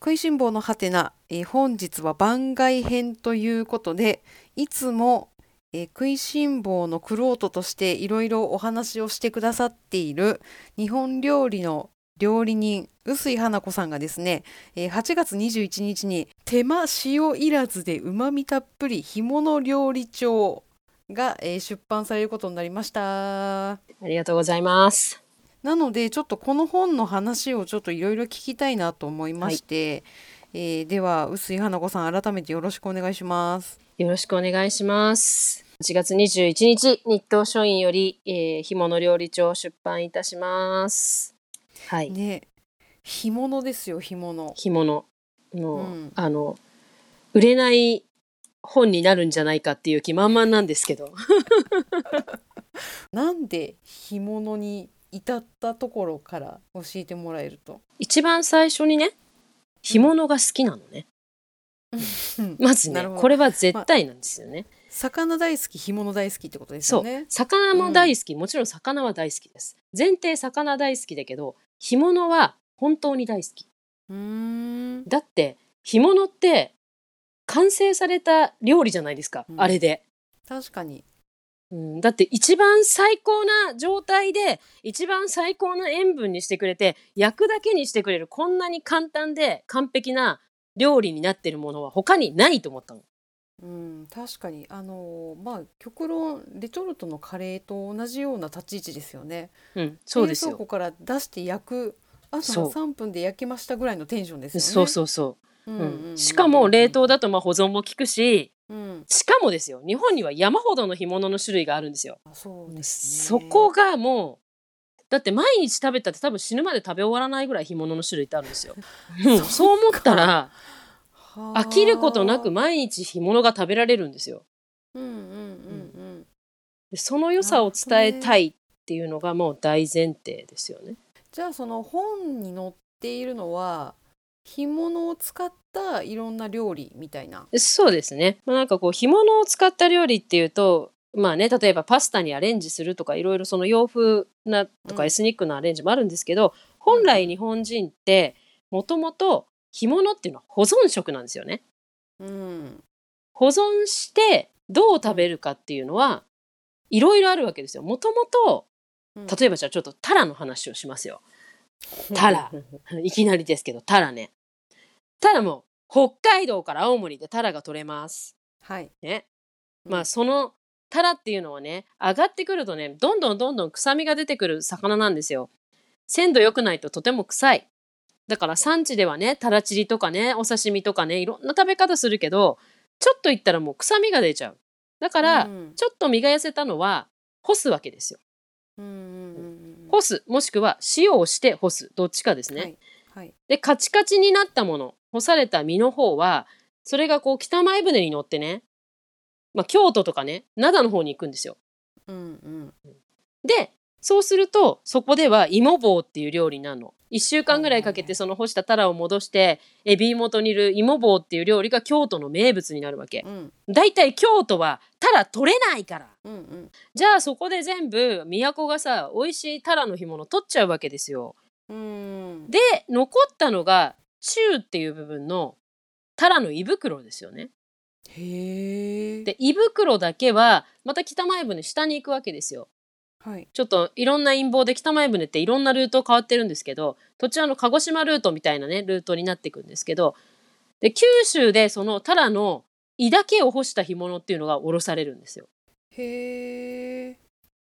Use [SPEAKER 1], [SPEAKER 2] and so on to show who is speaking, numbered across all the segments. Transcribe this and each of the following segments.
[SPEAKER 1] 食いしん坊のハテナ、えー本日は番外編ということで、いつも、えー食いしん坊のクロートとしていろいろお話をしてくださっている日本料理の料理人、臼井花子さんがですね、えー8月21日に手間塩いらずで旨味たっぷり干物料理帳が、えー出版されることになりました。
[SPEAKER 2] ありがとうございます。
[SPEAKER 1] なのでちょっとこの本の話をちょっといろいろ聞きたいなと思いまして、えーでは臼井花子さん改めてよろしくお願いします。
[SPEAKER 2] よろしくお願いします。8月21日、日東書院より、えー、干物料理帳を出版いたします。はい。
[SPEAKER 1] ね干物ですよ干物。
[SPEAKER 2] 干物の、
[SPEAKER 1] うん
[SPEAKER 2] あの、売れない本になるんじゃないかっていう気満々なんですけど。
[SPEAKER 1] なんで干物に至ったところから教えてもらえると。
[SPEAKER 2] 一番最初にね、干物が好きなのね。
[SPEAKER 1] うん
[SPEAKER 2] まず
[SPEAKER 1] な
[SPEAKER 2] ね、
[SPEAKER 1] るほど
[SPEAKER 2] これは絶対なんですよね。
[SPEAKER 1] 魚大好き干物大好きってことです
[SPEAKER 2] そ
[SPEAKER 1] よ
[SPEAKER 2] う
[SPEAKER 1] ね。
[SPEAKER 2] 魚も大好き、もちろん魚は大好きです前提魚大好きだけど干物は本当に大好き
[SPEAKER 1] うーん
[SPEAKER 2] だって干物って完成された料理じゃないですか、
[SPEAKER 1] うん
[SPEAKER 2] あれで、
[SPEAKER 1] 確かに。
[SPEAKER 2] うん、だって一番最高な状態で一番最高な塩分にしてくれて焼くだけにしてくれるこんなに簡単で完璧な料理になってるものは他にないと思ったの
[SPEAKER 1] うん、確かにあのーまあ極論レトルトのカレーと同じような立ち位置ですよね。
[SPEAKER 2] うんそうです
[SPEAKER 1] 冷
[SPEAKER 2] よ
[SPEAKER 1] 蔵庫から出して焼くあと
[SPEAKER 2] そ
[SPEAKER 1] は
[SPEAKER 2] う
[SPEAKER 1] 3分で焼けましたぐらいのテンションですよね。
[SPEAKER 2] そうそうそうう、
[SPEAKER 1] ん
[SPEAKER 2] う
[SPEAKER 1] うんんうん
[SPEAKER 2] しかも冷、凍だとまあ保存も効くし
[SPEAKER 1] うん、
[SPEAKER 2] しかもですよ日本には山ほどの干物の種類があるんですよ。
[SPEAKER 1] あそうです
[SPEAKER 2] そ
[SPEAKER 1] ね
[SPEAKER 2] こがもうだって毎日食べたって多分死ぬまで食べ終わらないぐらい干物の種類ってあるんですよ。もうそう思ったら
[SPEAKER 1] はあ
[SPEAKER 2] 飽きることなく毎日干物が食べられるんですよ。
[SPEAKER 1] うんうんうんうん
[SPEAKER 2] でその良さを伝えたいっていうのがもう大前提ですよね。
[SPEAKER 1] じゃあその本に載っているのは干物を使ったいろんな料理みたいな。
[SPEAKER 2] そうですね。まあ、なんかこう干物を使った料理っていうとまあね例えばパスタにアレンジするとかいろいろその洋風なと
[SPEAKER 1] う
[SPEAKER 2] か
[SPEAKER 1] ん
[SPEAKER 2] エスニックなアレンジもあるんですけど、本来日本人ってもともと干物っていうのは保存食なんですよね。
[SPEAKER 1] うん、
[SPEAKER 2] 保存してどう食べるかっていうのはいろいろあるわけですよ。もともと
[SPEAKER 1] うん
[SPEAKER 2] 例えばじゃあちょっとタラの話をしますよ。 タラいきなりですけどタラね。タラも北海道から青森でタラが取れます。
[SPEAKER 1] はい。
[SPEAKER 2] ね。
[SPEAKER 1] うん
[SPEAKER 2] まあそのタラっていうのはね上がってくるとねどんどんどんどん臭みが出てくる魚なんですよ。鮮度良くないととても臭い。だから産地ではねタラチリとかねお刺身とかねいろんな食べ方するけどちょっといったらもう臭みが出ちゃう。だから、
[SPEAKER 1] うん
[SPEAKER 2] ちょっと身が痩せたのは干すわけですよ。
[SPEAKER 1] うんうんうんうん
[SPEAKER 2] 干すもしくは塩をして干すどっちかですね。
[SPEAKER 1] はいはい。
[SPEAKER 2] でカチカチになったもの干された身の方はそれがこう北前船に乗ってね、まあ、京都とかね灘の方に行くんですよ。
[SPEAKER 1] うんうん
[SPEAKER 2] でそうするとそこでは芋棒っていう料理なの。1週間ぐらいかけ
[SPEAKER 1] はいはいは
[SPEAKER 2] てその干したタラを戻してエビ元にいる芋棒っていう料理が京都の名物になるわけ
[SPEAKER 1] う。ん
[SPEAKER 2] だいたい京都はタラ取れないから。
[SPEAKER 1] うんうん
[SPEAKER 2] じゃあそこで全部都がさ美味しいタラの干物取っちゃうわけですよ。
[SPEAKER 1] うん。
[SPEAKER 2] で残ったのが中っていう部分のタラの胃袋ですよね。
[SPEAKER 1] へえ。
[SPEAKER 2] で胃袋だけはまた北前船下に行くわけですよ。
[SPEAKER 1] はい。
[SPEAKER 2] ちょっといろんな陰謀で北前船っていろんなルート変わってるんですけど途中あの鹿児島ルートみたいなねルートになっていくんですけどで九州でそのタラの胃だけを干した干物っていうのがおろされるんですよ。
[SPEAKER 1] へえ。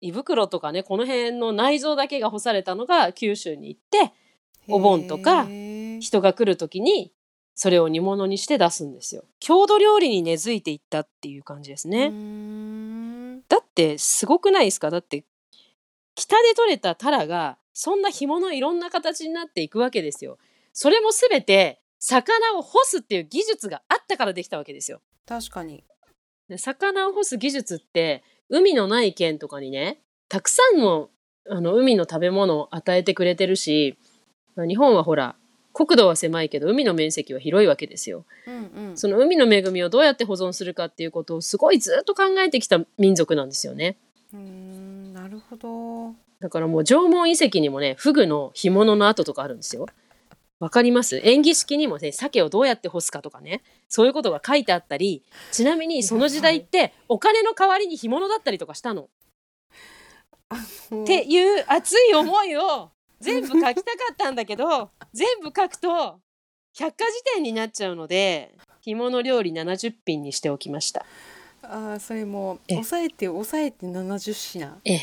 [SPEAKER 2] 胃袋とかねこの辺の内臓だけが干されたのが九州に行ってお盆とか
[SPEAKER 1] へー
[SPEAKER 2] 人が来る時にそれを煮物にして出すんですよ。郷土料理に根付いていったっていう感じですね。
[SPEAKER 1] うーん
[SPEAKER 2] だってすごくないですかだって北で取れたタラがそんな干物いろんな形になっていくわけですよ。それも全て魚を干すっていう技術があったからできたわけですよ。
[SPEAKER 1] 確かに。
[SPEAKER 2] で魚を干す技術って海のない県とかにねたくさんのあの海の食べ物を与えてくれてるしまあ日本はほら国土は狭いけど海の面積は広いわけですよ。
[SPEAKER 1] うんうん。
[SPEAKER 2] その海の恵みをどうやって保存するかっていうことをすごいずっと考えてきた民族なんですよね。
[SPEAKER 1] うーんなるほど。
[SPEAKER 2] だからもう縄文遺跡にもねフグの干物の跡とかあるんですよ。わかります縁起式にもね鮭をどうやって干すかとかねそういうことが書いてあったりちなみにその時代ってお金の代わりに干物だったりとかしたの。
[SPEAKER 1] うん
[SPEAKER 2] っていう熱い思い を全部書きたかったんだけど全部書くと百科事典になっちゃうので干物料理70品にしておきました。
[SPEAKER 1] ああそれも
[SPEAKER 2] え
[SPEAKER 1] 抑えて抑えて70品
[SPEAKER 2] ええ、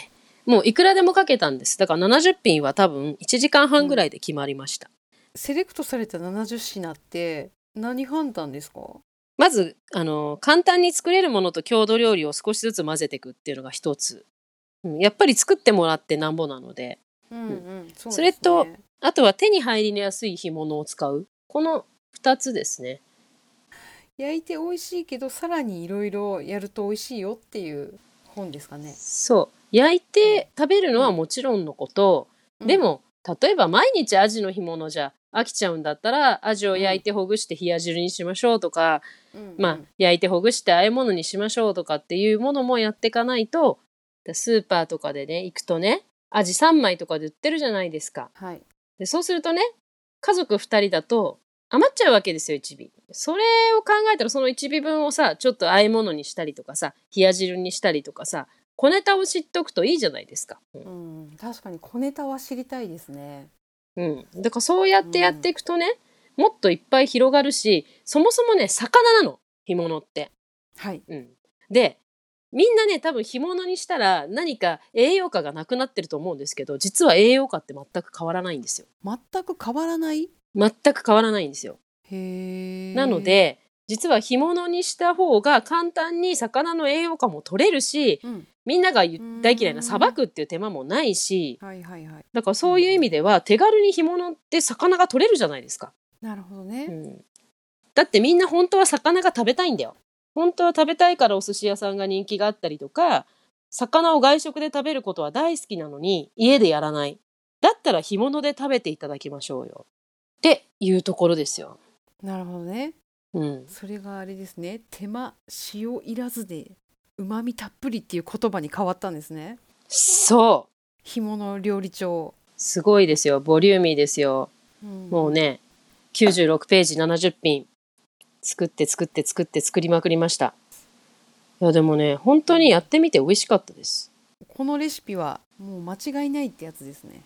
[SPEAKER 2] もういくらでもかけたんですだから70品は多分1時間半ぐらいで決まりました、
[SPEAKER 1] セレクトされた70品って何判断ですか
[SPEAKER 2] まずあの簡単に作れるものと郷土料理を少しずつ混ぜていくっていうのが一つ、うん、やっぱり作ってもらってなんぼなので
[SPEAKER 1] うんうんそうですね
[SPEAKER 2] それとあとは手に入りやすい干物を使うこの2つですね
[SPEAKER 1] 焼いて美味しいけどさらにいろいろやると美味しいよっていう本ですかね。
[SPEAKER 2] そう焼いて食べるのはもちろんのこと、
[SPEAKER 1] うん
[SPEAKER 2] でも例えば毎日アジの干物じゃ飽きちゃうんだったらアジを焼いてほぐして冷や汁にしましょうとか、
[SPEAKER 1] うんうん
[SPEAKER 2] まあ、焼いてほぐして和え物にしましょうとかっていうものもやっていかないとスーパーとかでね行くとねアジ3枚とかで売ってるじゃないですか
[SPEAKER 1] はい。
[SPEAKER 2] でそうするとね家族2人だと余っちゃうわけですよ1尾それを考えたらその1尾分をさちょっと和え物にしたりとかさ冷や汁にしたりとかさ小ネタを知っとくといいじゃないですか、うん
[SPEAKER 1] うん、確かに小ネタは知りたいですね。
[SPEAKER 2] うん、だからそうやってやっていくとね、もっといっぱい広がるしそもそもね魚なの干物って
[SPEAKER 1] はい。
[SPEAKER 2] うん、でみんなね多分干物にしたら何か栄養価がなくなってると思うんですけど実は栄養価って全く変わらないんですよ
[SPEAKER 1] 全く変わらない。
[SPEAKER 2] 全く変わらないんですよ
[SPEAKER 1] へえ。
[SPEAKER 2] なの、で実は干物にした方が簡単に魚の栄養価も取れるし
[SPEAKER 1] うん、
[SPEAKER 2] みんなが言う大嫌いな
[SPEAKER 1] うん
[SPEAKER 2] さばくっていう手間もないし
[SPEAKER 1] はいはいはい。
[SPEAKER 2] だからそういう意味では手軽に干物って魚が取れるじゃないですか
[SPEAKER 1] なるほど
[SPEAKER 2] う
[SPEAKER 1] ね。
[SPEAKER 2] んだってみんな本当は魚が食べたいんだよ。本当は食べたいからお寿司屋さんが人気があったりとか魚を外食で食べることは大好きなのに家でやらないだったら干物で食べていただきましょうよっていうところですよ。
[SPEAKER 1] なるほどね。
[SPEAKER 2] うん、
[SPEAKER 1] それがあれですね。手間塩いらずで旨味たっぷりっていう言葉に変わったんですね。
[SPEAKER 2] そう
[SPEAKER 1] 干物料理長。
[SPEAKER 2] すごいですよボリューミーですよ。
[SPEAKER 1] うん
[SPEAKER 2] もうね96ページ70品作って作って作って作りまくりました。いやでもね本当にやってみて美味しかったです。
[SPEAKER 1] このレシピはもう間違いないってやつですね。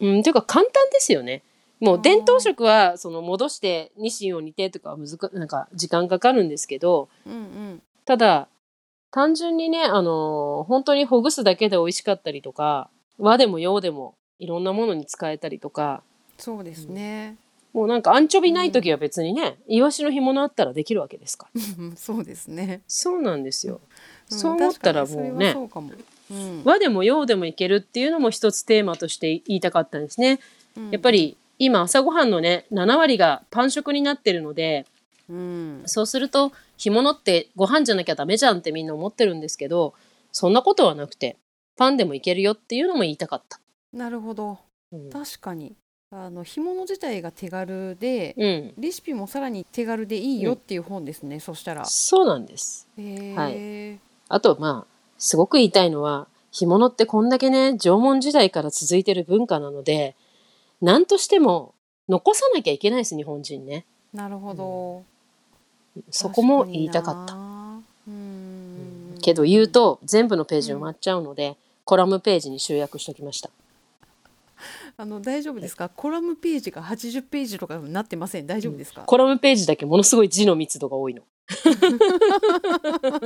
[SPEAKER 2] うん、ていうか簡単ですよね。も
[SPEAKER 1] あ
[SPEAKER 2] う
[SPEAKER 1] ー
[SPEAKER 2] 伝統食はその戻してニシンを煮てとかは難かなんか時間かかるんですけど
[SPEAKER 1] うんうん。
[SPEAKER 2] ただ単純にね、あのー本当にほぐすだけで美味しかったりとか和でも洋でもいろんなものに使えたりとか
[SPEAKER 1] そうですね。
[SPEAKER 2] もうなんかアンチョビない時は別にね、イワシの干物あったらできるわけですから
[SPEAKER 1] うん そうですね。
[SPEAKER 2] そうなんですよ、
[SPEAKER 1] ん
[SPEAKER 2] そう思ったらもう
[SPEAKER 1] 確かにそれは
[SPEAKER 2] ね
[SPEAKER 1] そうかも。うん
[SPEAKER 2] 和でも洋でもいけるっていうのも一つテーマとして言いたかったんですね
[SPEAKER 1] うん
[SPEAKER 2] やっぱり今朝ごはんのね7割がパン食になってるので
[SPEAKER 1] うん、
[SPEAKER 2] そうすると干物ってご飯じゃなきゃダメじゃんってみんな思ってるんですけどそんなことはなくてパンでもいけるよっていうのも言いたかった。
[SPEAKER 1] なるほど
[SPEAKER 2] うん、
[SPEAKER 1] 確かにあの干物自体が手軽で、
[SPEAKER 2] うん
[SPEAKER 1] レシピもさらに手軽でいいよっていう本ですね、そしたら。
[SPEAKER 2] そうなんです。
[SPEAKER 1] へえ
[SPEAKER 2] はいあとまあすごく言いたいのは干物ってこんだけね縄文時代から続いてる文化なので何としても残さなきゃいけないです日本人ね。
[SPEAKER 1] なるほど、
[SPEAKER 2] そこも言いたかった
[SPEAKER 1] 確。になうん
[SPEAKER 2] けど言うと全部のページ埋まっちゃうので、コラムページに集約しておきました。
[SPEAKER 1] あの大丈夫ですかコラムページが80ページとかになってません大丈夫ですか、
[SPEAKER 2] コラムページだけものすごい字の密度が多いの。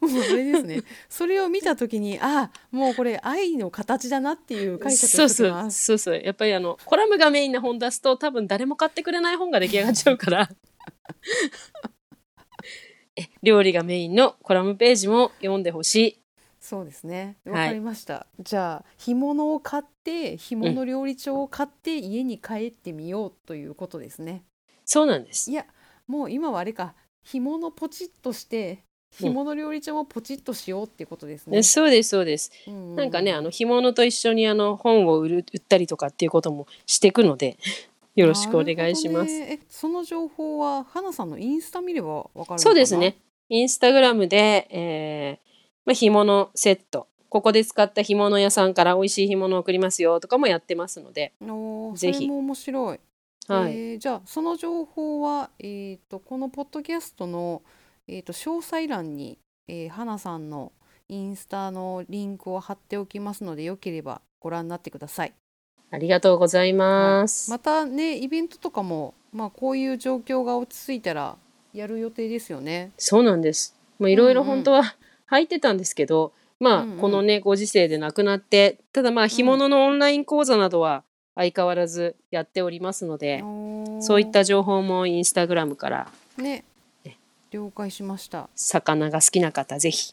[SPEAKER 1] もうあれですねそれを見た時にあもうこれ愛の形だなっていう解釈
[SPEAKER 2] そ
[SPEAKER 1] を
[SPEAKER 2] う
[SPEAKER 1] して
[SPEAKER 2] そ
[SPEAKER 1] おきま
[SPEAKER 2] う
[SPEAKER 1] す。
[SPEAKER 2] そうそうやっぱりあのコラムがメインな本出すと多分誰も買ってくれない本が出来上がっちゃうから え料理がメインのコラムページも読んでほしい
[SPEAKER 1] そうですね。わ
[SPEAKER 2] はい
[SPEAKER 1] かりました。じゃあ干物を買って干物料理長を買って家に帰ってみようということですね。
[SPEAKER 2] そうなんです
[SPEAKER 1] いやもう今はあれか干物ポチッとして
[SPEAKER 2] うん
[SPEAKER 1] 干物料理長もポチッとしようっていうことですね。
[SPEAKER 2] えそうですそうです、
[SPEAKER 1] うう
[SPEAKER 2] なんかねあの干物と一緒にあの本を売る売ったりとかっていうこともしていくのでよろしくお願いし
[SPEAKER 1] なるほど
[SPEAKER 2] ます、
[SPEAKER 1] ねえその情報は花さんのインスタ見ればわかるのかな。
[SPEAKER 2] そうですね。インスタグラムで、えーまあ、干物セットここで使った干物屋さんから美味しい干物を送りますよとかもやってますので、
[SPEAKER 1] おー
[SPEAKER 2] ぜひ
[SPEAKER 1] それも面白い。
[SPEAKER 2] はい
[SPEAKER 1] えーじゃあその情報は、えー、とこのポッドキャストの、えー、と詳細欄に、えー、花さんのインスタのリンクを貼っておきますのでよければご覧になってください。
[SPEAKER 2] ありがとうございます。
[SPEAKER 1] またねイベントとかも、まあ、こういう状況が落ち着いたらやる予定ですよね。
[SPEAKER 2] そうなんです。まあ、いろいろ
[SPEAKER 1] うんうん
[SPEAKER 2] 本当は入ってたんですけど、まあ、
[SPEAKER 1] うんうん
[SPEAKER 2] このねご時世でなくなってただまあ干物のオンライン講座などは相変わらずやっておりますので、
[SPEAKER 1] おー
[SPEAKER 2] そういった情報もインスタグラムから
[SPEAKER 1] ね
[SPEAKER 2] ね
[SPEAKER 1] 了解しました。
[SPEAKER 2] 魚が好きな方ぜひ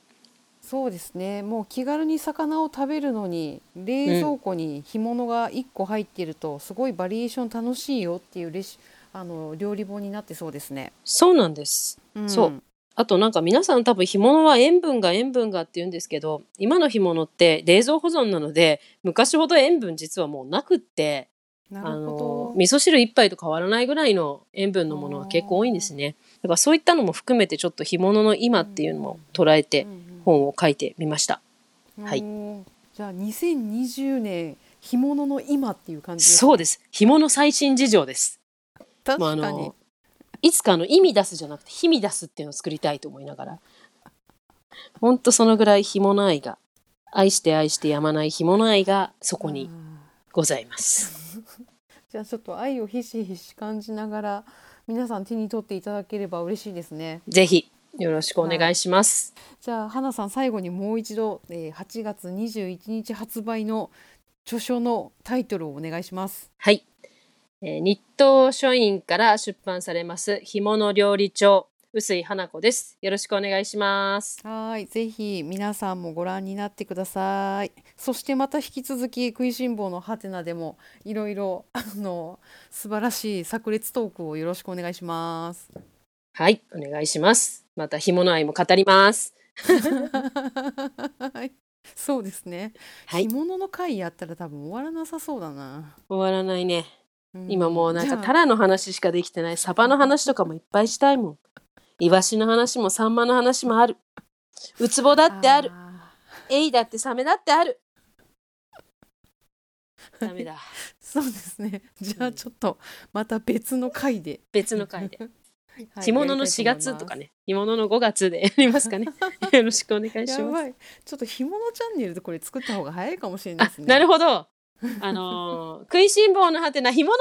[SPEAKER 1] そうですねもう気軽に魚を食べるのに冷蔵庫に干物が1個入っているとすごいバリエーション楽しいよっていうレシあの料理本になってそうですね。
[SPEAKER 2] そうなんです
[SPEAKER 1] うん
[SPEAKER 2] そうあとなんか皆さん多分干物は塩分が塩分がって言うんですけど今の干物って冷蔵保存なので昔ほど塩分実はもうなくって
[SPEAKER 1] な
[SPEAKER 2] あ
[SPEAKER 1] る
[SPEAKER 2] の
[SPEAKER 1] ほど。
[SPEAKER 2] 味噌汁一杯と変わらないぐらいの塩分のものが結構多いんですねだからそういったのも含めてちょっと干物の今っていうのも捉えて本を書いてみました、
[SPEAKER 1] うんうん
[SPEAKER 2] はい
[SPEAKER 1] おーじゃあ2020年干物の今っていう感じです
[SPEAKER 2] そうです干物最新事情です
[SPEAKER 1] 確
[SPEAKER 2] まああ
[SPEAKER 1] か
[SPEAKER 2] の
[SPEAKER 1] に、
[SPEAKER 2] いつかあの意味出すじゃなくて秘味出すっていうのを作りたいと思いながらほんとそのぐらい干物愛が愛して愛してやまない干物愛がそこに
[SPEAKER 1] あ
[SPEAKER 2] ございます
[SPEAKER 1] ー じゃあちょっと愛をひしひし感じながら皆さん手に取っていただければ嬉しいですね。
[SPEAKER 2] ぜひよろしくお願いします、
[SPEAKER 1] じゃあ花さん最後にもう一度、えー、8月21日発売の著書のタイトルをお願いします。
[SPEAKER 2] はい、えー日東書院から出版されます干物料理長臼井花子ですよろしくお願いします
[SPEAKER 1] はーい、ぜひ皆さんもご覧になってください。そしてまた引き続き食いしん坊のハテナでもいろいろ あの素晴らしい炸裂トークをよろしくお願いします。
[SPEAKER 2] はいお願いしますまた干物愛も語ります
[SPEAKER 1] はいそうですね。
[SPEAKER 2] はい
[SPEAKER 1] 干物の回やったら多分終わらなさそうだな。
[SPEAKER 2] 終わらないね
[SPEAKER 1] ん
[SPEAKER 2] 今もうなん
[SPEAKER 1] じ
[SPEAKER 2] か
[SPEAKER 1] ゃあ
[SPEAKER 2] タラの話しかできてないサバの話とかもいっぱいしたいもんイワシの話もサンマの話もあるウツボだってある
[SPEAKER 1] ー
[SPEAKER 2] エイだってサメだってあるダメだ
[SPEAKER 1] そうですね。じゃ
[SPEAKER 2] う
[SPEAKER 1] あ
[SPEAKER 2] ん
[SPEAKER 1] ちょっとまた別の回で。
[SPEAKER 2] 別の回で
[SPEAKER 1] はい
[SPEAKER 2] 干物の4月とか。ね干物の5月でやりま すかねよろしくお願いし
[SPEAKER 1] やり
[SPEAKER 2] ま
[SPEAKER 1] たい
[SPEAKER 2] す
[SPEAKER 1] と思いますやばい。ちょっと干物チャンネルでこれ作った方が早いかもしれない
[SPEAKER 2] あ
[SPEAKER 1] ですね。
[SPEAKER 2] なるほどあのー食いしん坊のはてな干物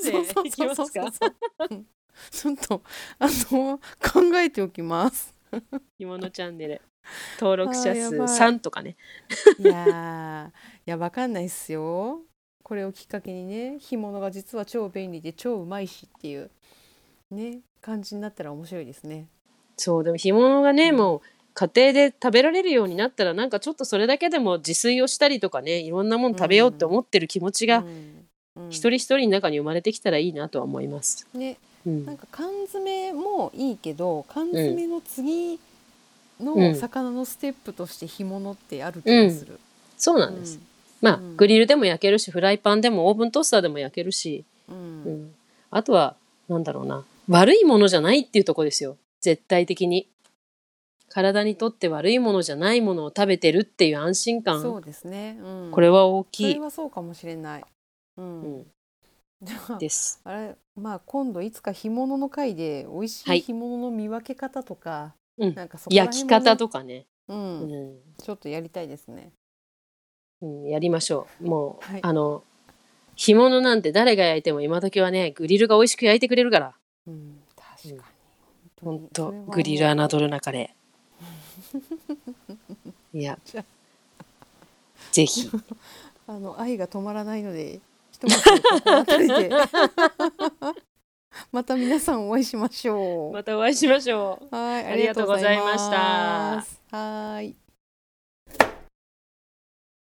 [SPEAKER 2] チャンネルでいきますか
[SPEAKER 1] そううんちょっとあの考えておきます。
[SPEAKER 2] 干物チャンネル登録者
[SPEAKER 1] あーや
[SPEAKER 2] 数
[SPEAKER 1] ばい
[SPEAKER 2] 3とかね
[SPEAKER 1] いやーいやわかんないっすよ。これをきっかけにね干物が実は超便利で超うまいしっていうね感じになったら面白いですね。
[SPEAKER 2] そうでも干物がね、もう家庭で食べられるようになったらなんかちょっとそれだけでも自炊をしたりとかねいろんなもの食べようって思ってる気持ちが
[SPEAKER 1] うんうん
[SPEAKER 2] 一人一人の中に生まれてきたらいいなとは思います。
[SPEAKER 1] ね
[SPEAKER 2] うん
[SPEAKER 1] なんか缶詰もいいけど缶詰の次
[SPEAKER 2] う
[SPEAKER 1] の
[SPEAKER 2] ん
[SPEAKER 1] 魚のステップとして干物ってある気がする。
[SPEAKER 2] そう
[SPEAKER 1] う
[SPEAKER 2] なんんです、まあ
[SPEAKER 1] うん
[SPEAKER 2] グリルでも焼けるしフライパンでもオーブントースターでも焼けるし、
[SPEAKER 1] うん
[SPEAKER 2] うんあとはなんだろうな悪いものじゃないっていうとこですよ絶対的に体にとって悪いものじゃないものを食べてるっていう安心
[SPEAKER 1] そ
[SPEAKER 2] 感
[SPEAKER 1] うですね。うん、
[SPEAKER 2] これは大
[SPEAKER 1] そ
[SPEAKER 2] き
[SPEAKER 1] れ
[SPEAKER 2] い、
[SPEAKER 1] はそうかもしれない。うん
[SPEAKER 2] うん
[SPEAKER 1] じゃあ
[SPEAKER 2] です。
[SPEAKER 1] あれまあ今度いつか干物の回で美味し
[SPEAKER 2] はい
[SPEAKER 1] い干物の見分け方とか、
[SPEAKER 2] うん
[SPEAKER 1] なんかそこら
[SPEAKER 2] 焼
[SPEAKER 1] 辺
[SPEAKER 2] き
[SPEAKER 1] もね
[SPEAKER 2] 方とかね、
[SPEAKER 1] うん
[SPEAKER 2] うん、
[SPEAKER 1] ちょっとやりたいですね。
[SPEAKER 2] うん、やりましょう。もう、
[SPEAKER 1] はい
[SPEAKER 2] あの、干物なんて誰が焼いても今時はね、グリルが美味しく焼いてくれるから、
[SPEAKER 1] うん、確かに。
[SPEAKER 2] ほんと
[SPEAKER 1] それは、もう
[SPEAKER 2] グリル侮るなかれ。いや
[SPEAKER 1] じゃ、
[SPEAKER 2] ぜひ、
[SPEAKER 1] あの愛が止まらないので、ひとまずここ辺 りでまた皆さんお会いしましょう。
[SPEAKER 2] またお会いしましょう。
[SPEAKER 1] はい、
[SPEAKER 2] ありがとうございました
[SPEAKER 1] ありがとうございますはーい。